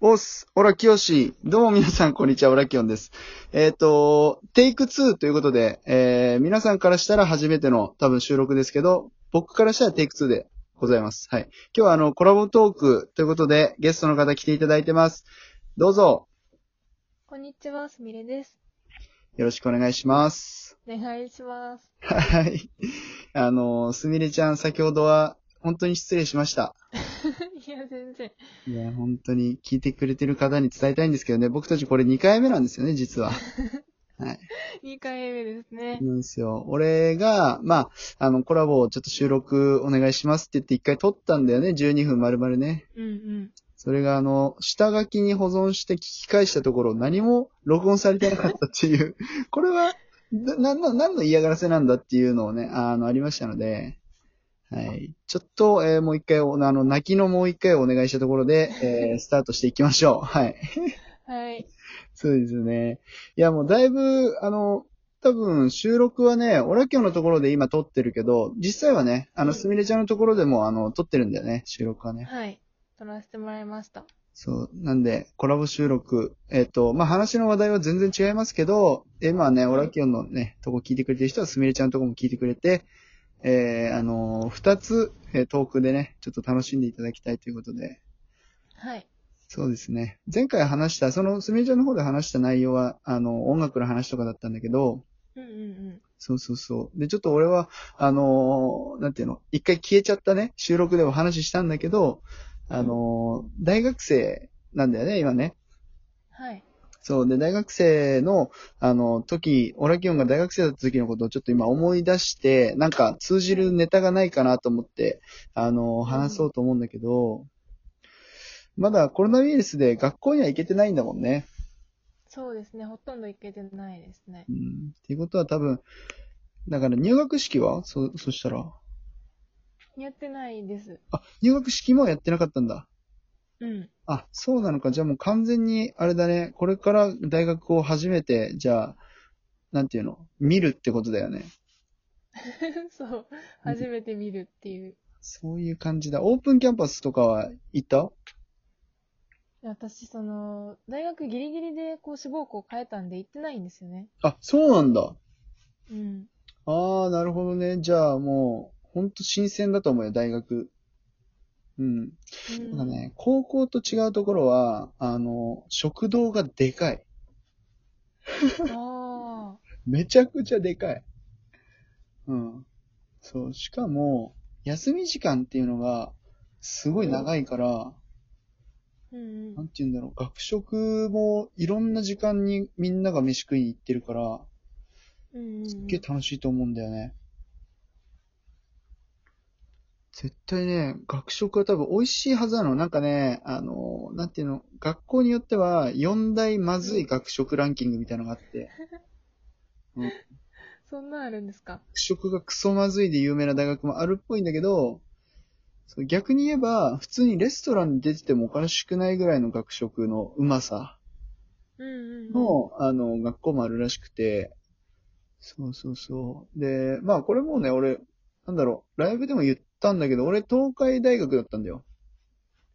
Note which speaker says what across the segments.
Speaker 1: おっす、オラキヨシ。どうも皆さん、こんにちは、オラキヨンです。えっ、と、テイク2ということで、えー、皆さんからしたら初めての多分収録ですけど、僕からしたらテイク2でございます。はい。今日はあの、コラボトークということで、ゲストの方来ていただいてます。どうぞ、
Speaker 2: こんにちは、すみれです。
Speaker 1: よろしくお願いします。
Speaker 2: お願いします。
Speaker 1: はい。あの、すみれちゃん、先ほどは、本当に失礼しました。
Speaker 2: いや、全然。
Speaker 1: いや、本当に聞いてくれてる方に伝えたいんですけどね、僕たちこれ2回目なんですよね、実は。
Speaker 2: 2回目ですね。
Speaker 1: なんですよ。俺が、まあ、あの、コラボをちょっと収録お願いしますって言って一回撮ったんだよね。12分丸々ね。
Speaker 2: うんうん。
Speaker 1: それがあの、下書きに保存して聞き返したところ何も録音されてなかったっていう。 これは、な、なんの、何の嫌がらせなんだっていうのをね、あの、ありましたので、はい。ちょっと、えーもう一回、おあの、泣きのもう一回お願いしたところで、えースタートしていきましょう。はい。
Speaker 2: はい。
Speaker 1: そうですね。いや、もうだいぶ、あの、多分収録はね、オラキオのところで今撮ってるけど、実際はね、あの、
Speaker 2: うん
Speaker 1: すみれちゃんのところでも、あの、撮ってるんだよね、収録はね。
Speaker 2: はい。撮らせてもらいました。
Speaker 1: そう。なんで、コラボ収録、えっ、と、まあ、話の話題は全然違いますけど、今ね、オラキオのね、とこ聞いてくれてる人は、すみれちゃんのとこも聞いてくれて、えー、あの二つ、えートークでね、ちょっと楽しんでいただきたいということで、
Speaker 2: はい。
Speaker 1: そうですね。前回話した、その、すみれちゃんの方で話した内容は、あの、音楽の話とかだったんだけど、
Speaker 2: うんうん
Speaker 1: そうそうそう。で、ちょっと俺は、あのーなんていうの、一回消えちゃったね、収録でお話ししたんだけど、あのー大学生なんだよね、今ね。
Speaker 2: うん。はい。
Speaker 1: そう。で、大学生の、あの、時、オラキオンが大学生だった時のことをちょっと今思い出して、なんか通じるネタがないかなと思って、あの、話そうと思うんだけど、まだコロナウイルスで学校には行けてないんだもんね。
Speaker 2: そうですね。ほとんど行けてないですね
Speaker 1: う。ん。っていうことは多分、だから入学式はそ、そしたら。
Speaker 2: やってないです。
Speaker 1: あ、入学式もやってなかったんだ。
Speaker 2: うん。
Speaker 1: あ、そうなのか。じゃあもう完全に、あれだね。これから大学を初めて、じゃあ、なんていうの見るってことだよね。
Speaker 2: そう。初めて見るっていう。
Speaker 1: そういう感じだ。オープンキャンパスとかは行った
Speaker 2: 私、その、大学ギリギリで、こう、志望校変えたんで行ってないんですよね。
Speaker 1: あ、そうなんだ。
Speaker 2: うん。
Speaker 1: ああ、なるほどね。じゃあもう、ほんと新鮮だと思うよ、大学。うん。
Speaker 2: う
Speaker 1: なんんかね、高校と違うところは、あの、食堂がでかい。
Speaker 2: あ
Speaker 1: めちゃくちゃでかい。うん。そう、しかも、休み時間っていうのが、すごい長いから、
Speaker 2: ーうんう。
Speaker 1: なんんて言うんだろう、学食もいろんな時間にみんなが飯食いに行ってるから、
Speaker 2: うんうん
Speaker 1: すっ
Speaker 2: うん
Speaker 1: げえ楽しいと思うんだよね。絶対ね、学食は多分美味しいはずなの。なんかね、あの、なんていうの、学校によっては4大まずい学食ランキングみたいなのがあって、うん、
Speaker 2: そんなんあるんですか
Speaker 1: 学食がクソまずいで有名な大学もあるっぽいんだけど、そう逆に言えば、普通にレストランに出ててもおかしくないぐらいの学食のうまさ
Speaker 2: うんうんうん。
Speaker 1: の、あの、学校もあるらしくて、そうそうそう。で、まあこれもうね、俺、なんだろう、ライブでも言ったんだけど、俺東海大学だったんだよ。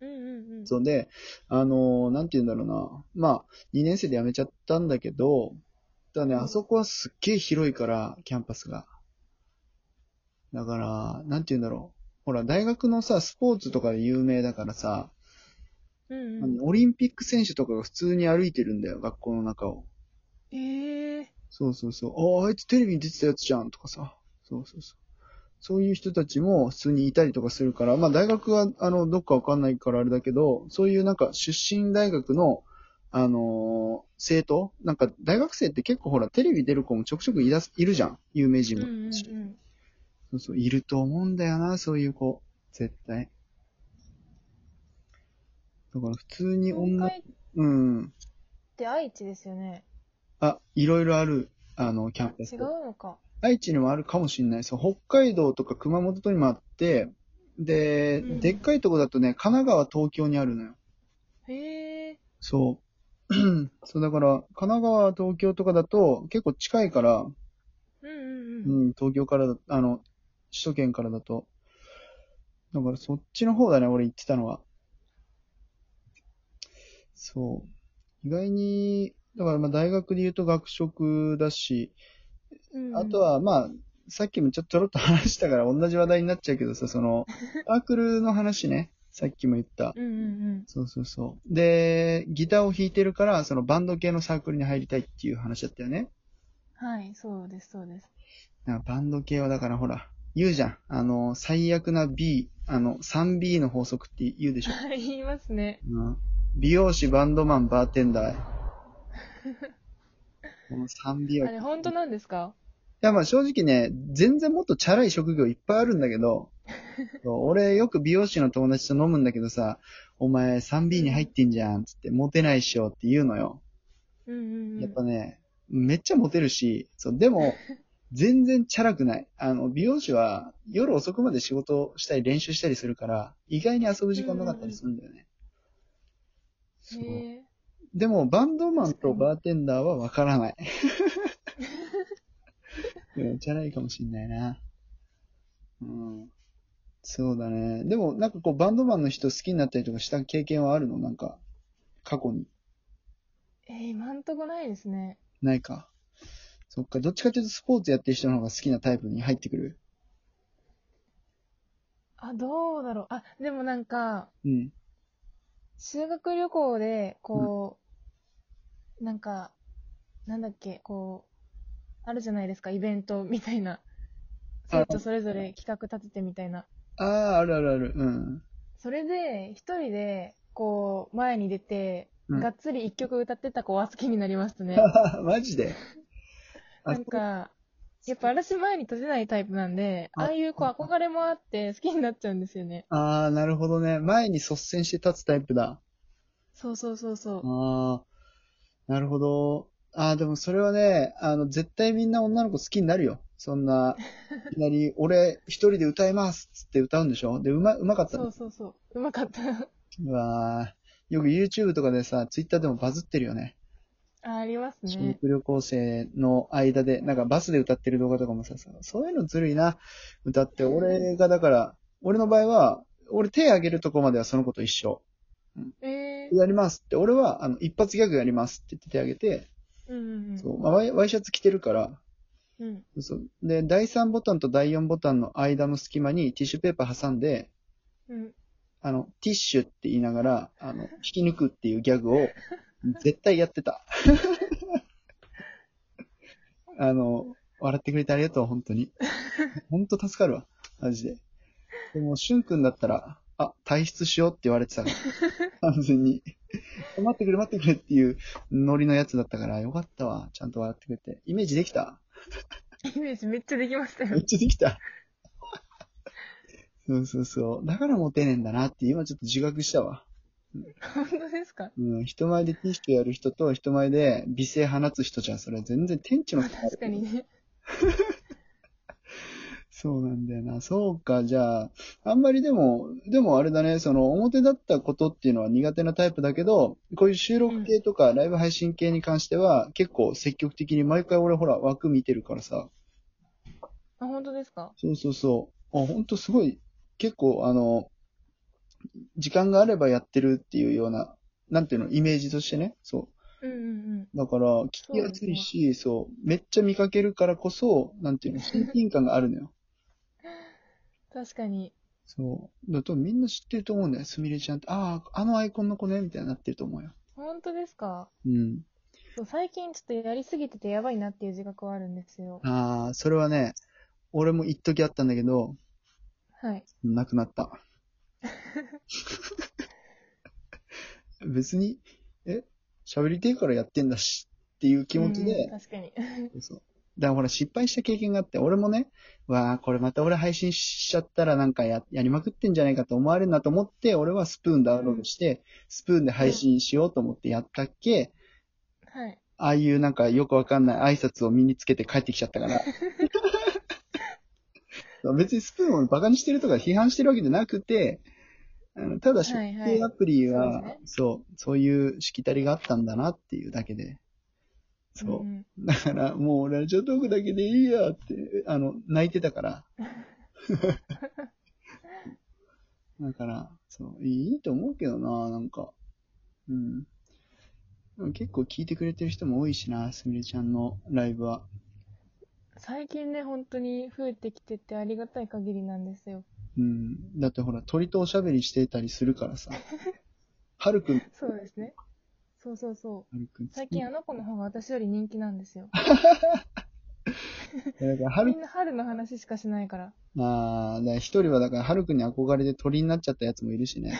Speaker 2: うんうんうん。
Speaker 1: そうで、あのーなんて言うんだろうな。まあ、2年生で辞めちゃったんだけど、ただね、
Speaker 2: うん
Speaker 1: あそこはすっげえ広いから、キャンパスが。だから、なんて言うんだろう。ほら、大学のさ、スポーツとかで有名だからさ、
Speaker 2: うんうん。
Speaker 1: オリンピック選手とかが普通に歩いてるんだよ、学校の中を。
Speaker 2: ええ
Speaker 1: そうそうそう。ああ、あいつテレビに出てたやつじゃんとかさ。そうそうそう。そういう人たちも普通にいたりとかするから、まあ大学は、あの、どっかわかんないからあれだけど、そういうなんか出身大学の、あのー生徒なんか大学生って結構ほら、テレビ出る子もちょくちょくいだすいるじゃん。有名人
Speaker 2: うん
Speaker 1: も、
Speaker 2: うんうん。
Speaker 1: そうそう、いると思うんだよな、そういう子。絶対。だから普通に
Speaker 2: 東
Speaker 1: 女、
Speaker 2: 海っ
Speaker 1: うん。
Speaker 2: て愛知ですよね。
Speaker 1: あ、いろいろある、あの、キャンパス
Speaker 2: 違。うのか。
Speaker 1: 愛知にもあるかもしれない。そう、北海道とか熊本にもあって、で、
Speaker 2: うん
Speaker 1: でっかいとこだとね、神奈川、東京にあるのよ。
Speaker 2: へえ。
Speaker 1: そう。 そう、だから、神奈川、東京とかだと結構近いから、
Speaker 2: うん
Speaker 1: う
Speaker 2: うんうん。
Speaker 1: ん、東京からだ、あの、首都圏からだと。だからそっちの方だね、俺行ってたのは。そう。意外に、だからまあ大学で言うと学食だし、
Speaker 2: うん
Speaker 1: あと、はまあ、さっきもちょっとちょろっと話したから同じ話題になっちゃうけどさ、そ の、サークルの話ね、さっきも言った。
Speaker 2: うんうん
Speaker 1: そうそうそう。で、ギターを弾いてるから、そのバンド系のサークルに入りたいっていう話だったよね。
Speaker 2: うん。はい、そうです、そうです。
Speaker 1: なんかバンド系はだからほら、言うじゃん。あの、最悪な B、あの、3B の法則って言うでしょ。
Speaker 2: 言いますね。
Speaker 1: うん美容師、バンドマン、バーテン ダー。この 3B
Speaker 2: あ
Speaker 1: は。
Speaker 2: れ、本当なんですか
Speaker 1: いや、まあ正直ね、全然もっとチャラい職業いっぱいあるんだけ ど、そう俺よく美容師の友達と飲むんだけどさ、お前 3B に入ってんじゃん、つって、モテないっしょって言うのよ。
Speaker 2: うんうんうん。
Speaker 1: やっぱね、めっちゃモテるし、そう、で も、全然チャラくない。あの、美容師は夜遅くまで仕事したり練習したりするから、意外に遊ぶ時間なかったりするんだよね。そう。
Speaker 2: へ
Speaker 1: でも、バンドマンとバーテンダーはわから ない。うんチャラいかもしんないな。うん。そうだね。でも、なんかこう、バンドマンの人好きになったりとかした経験はあるのなんか、過去に。
Speaker 2: ええー今んとこないですね。
Speaker 1: ないか。そっか、どっちかというとスポーツやってる人の方が好きなタイプに入ってくる。
Speaker 2: あ、どうだろう。あ、でもなんか、
Speaker 1: うん。
Speaker 2: 修学旅行で、こう、なんか、なんだっけ、こう、あるじゃないですか、イベントみたいな。
Speaker 1: あ
Speaker 2: 生徒それぞれ企画立ててみたいな。
Speaker 1: ああ、あるあるある。うん。
Speaker 2: それで、一人で、こう、前に出て、
Speaker 1: うん
Speaker 2: がっつり一曲歌ってた子は好きになり ましたね。
Speaker 1: マジであ
Speaker 2: なんか、やっぱ私前に立てないタイプなんで、
Speaker 1: あ
Speaker 2: ああいう子憧れもあって好きになっちゃうんですよね。
Speaker 1: ああ、なるほどね。前に率先して立つタイプだ。
Speaker 2: そうそうそうそう。
Speaker 1: ああ、なるほど。ああ、でもそれはね、あの、絶対みんな女の子好きになるよ。そんな、いきな り、俺、一人で歌いますっつって歌うんでしょで、うま、うまかった
Speaker 2: そ
Speaker 1: の。
Speaker 2: うそうそう。うまかった。
Speaker 1: うわーよく YouTube とかでさ、Twitter でもバズってるよね。
Speaker 2: あ、あります
Speaker 1: 修
Speaker 2: ね。
Speaker 1: 学旅行生の間で、なんかバスで歌ってる動画とかもさ、そういうのずるいな。歌って、俺がだから、俺の場合は、俺手挙げるとこまではその子と一緒。
Speaker 2: えー。
Speaker 1: やりますって、俺は、あの、一発ギャグやりますって言って手挙げて、
Speaker 2: うんうん
Speaker 1: そう、まあワイ、ワイシャツ着てるから、
Speaker 2: うん。うん。
Speaker 1: そうで、第3ボタンと第4ボタンの間の隙間にティッシュペーパー挟んで、
Speaker 2: うん。
Speaker 1: あの、ティッシュって言いながら、あの、引き抜くっていうギャグを、絶対やってた。 あの、笑ってくれてありがとう、本当に。本当助かるわ、マジで。でも、しゅんくんだったら、あ、退出しようって言われてた から、完全に。待ってくれ、待ってくれっていうノリのやつだったから、よかったわ、ちゃんと笑ってくれて。イメージできた
Speaker 2: イメージめっちゃできまし た
Speaker 1: めっ
Speaker 2: よ。
Speaker 1: ちゃできた。そうそうそう。だからモテねえんだなって、今ちょっと自覚したわ。
Speaker 2: 本当ですか
Speaker 1: うん、人前でティッシュやる人と人前で美声放つ人じゃん。それは全然天地の差がある
Speaker 2: 確かにね。
Speaker 1: そうなんだよな。そうか、じゃあ、あんまりでも、でもあれだね、その表だったことっていうのは苦手なタイプだけど、こういう収録系とかライブ配信系に関しては、結構積極的に毎回俺ほら枠見てるからさ、
Speaker 2: あ、本当ですか
Speaker 1: そうそうそう。あ、ほんとすごい、結構、あの、時間があればやってるっていうような、なんていうの、イメージとしてね。そ
Speaker 2: うんうんうん。
Speaker 1: う。だから、聞きやすいし、そうめっちゃ見かけるからこそ、なんていうの、親近感があるのよ。
Speaker 2: 確かに。
Speaker 1: そう。だとみんな知ってると思うんだよ。すみれちゃんって、ああ、あのアイコンの子ね、みたいになってると思うよ。
Speaker 2: 本当ですか
Speaker 1: うん。
Speaker 2: そう最近ちょっとやりすぎててやばいなっていう自覚はあるんですよ。
Speaker 1: ああ、それはね、俺も一時あったんだけど、
Speaker 2: はい。
Speaker 1: なくなった。別に、え、喋りてえからやってんだしっていう気持ち
Speaker 2: うんうん
Speaker 1: で、
Speaker 2: 確かに。
Speaker 1: そうだからほら失敗した経験があって、俺もね、わあ、これまた俺配信しちゃったらなんかややりまくってんじゃないかと思われるなと思って、俺はスプーンダウンロードして、スプーンで配信しようと思ってやったっけ、
Speaker 2: はい。
Speaker 1: ああいうなんかよくわかんない挨拶を身につけて帰ってきちゃった から。別にスプーンをバカにしてるとか批判してるわけじゃなくて、あのただし、
Speaker 2: はいはい
Speaker 1: 設定アプリは、
Speaker 2: そうですね
Speaker 1: そう、そういうしきたりがあったんだなっていうだけで。そう。
Speaker 2: んん
Speaker 1: だから、もう俺はちょっとくだけでいいやって、あの、泣いてたから。だから、そう、いいと思うけどな、なんか。うん。うん結構聞いてくれてる人も多いしな、すみれちゃんのライブは。
Speaker 2: 最近ね、本当に増えてきててありがたい限りなんですよ。
Speaker 1: うん。だってほら、鳥とおしゃべりしてたりするからさ。はるくん、は
Speaker 2: そうですね。そうそうそう。
Speaker 1: るくん。
Speaker 2: 最近あの子の方が私より人気なんですよ。
Speaker 1: だから、は
Speaker 2: み
Speaker 1: る
Speaker 2: ん、な春の話しかしないから。
Speaker 1: ああ、だから一人はだから、はるくんに憧れて鳥になっちゃったやつもいるしね。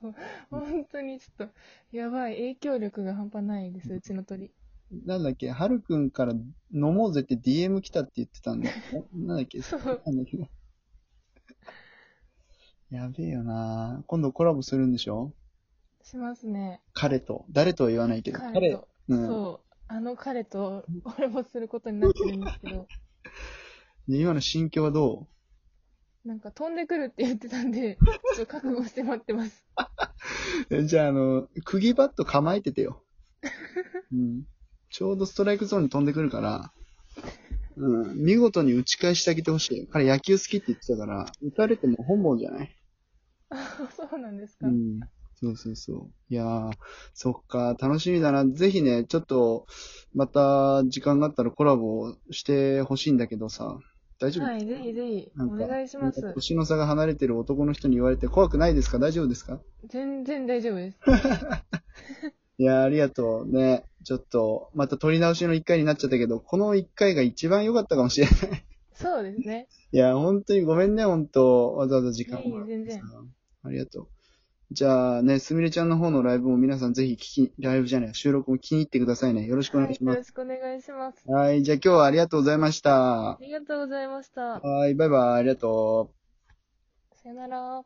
Speaker 2: そう。本当にちょっと、やばい。影響力が半端ないです、うちの鳥。
Speaker 1: なんだっけ、はるくんから飲もうぜって DM 来たって言ってたんだよ。 ななんだっけ、
Speaker 2: そう
Speaker 1: なんだっけ な。やべえよな今度コラボするんでしょ
Speaker 2: しますね。
Speaker 1: 彼と。誰とは言わないけど。
Speaker 2: 彼と。
Speaker 1: うん。
Speaker 2: そう。あの彼と、俺もすることになってるんですけ ど、
Speaker 1: で今の心境はど
Speaker 2: なんか飛んでくるって言ってたんで、ちょっと覚悟して待ってます。
Speaker 1: うえじゃあ、あの、釘バット構えてて よ。うん。ちょうどストライクゾーンに飛んでくるから、うん。見事に打ち返してあげてほしい。彼野球好きって言ってたから、打たれても本望じゃない
Speaker 2: そうなんですか。
Speaker 1: うん。そうそうそう。いやー、そっか、楽しみだな。ぜひね、ちょっと、また、時間があったらコラボしてほしいんだけどさ、大丈夫
Speaker 2: はい、ぜひぜひ、
Speaker 1: な
Speaker 2: お
Speaker 1: んか
Speaker 2: 願いします。
Speaker 1: 年の差が離れてる男の人に言われて怖くないですか大丈夫ですか
Speaker 2: 全然大丈夫 です。
Speaker 1: いやー、ありがとう。ね。ちょっと、また撮り直しの1回になっちゃったけど、この1回が一番良かったかもしれない。
Speaker 2: そうですね。
Speaker 1: いやー、本当にごめんね、本当わざわざ時間を
Speaker 2: いえいえ全然
Speaker 1: さありがとう。じゃあね、すみれちゃんの方のライブも皆さんぜひ聞き、ライブじゃない、収録も気に入ってくださいね。よろしくお
Speaker 2: は
Speaker 1: 願い
Speaker 2: い、
Speaker 1: しま
Speaker 2: よ
Speaker 1: す
Speaker 2: ろ。しくお願いします。
Speaker 1: はい、じゃあ今日はありがとうございました
Speaker 2: あ。りがとうございました。
Speaker 1: はい、バイバイ、ありがとう。
Speaker 2: さよなら。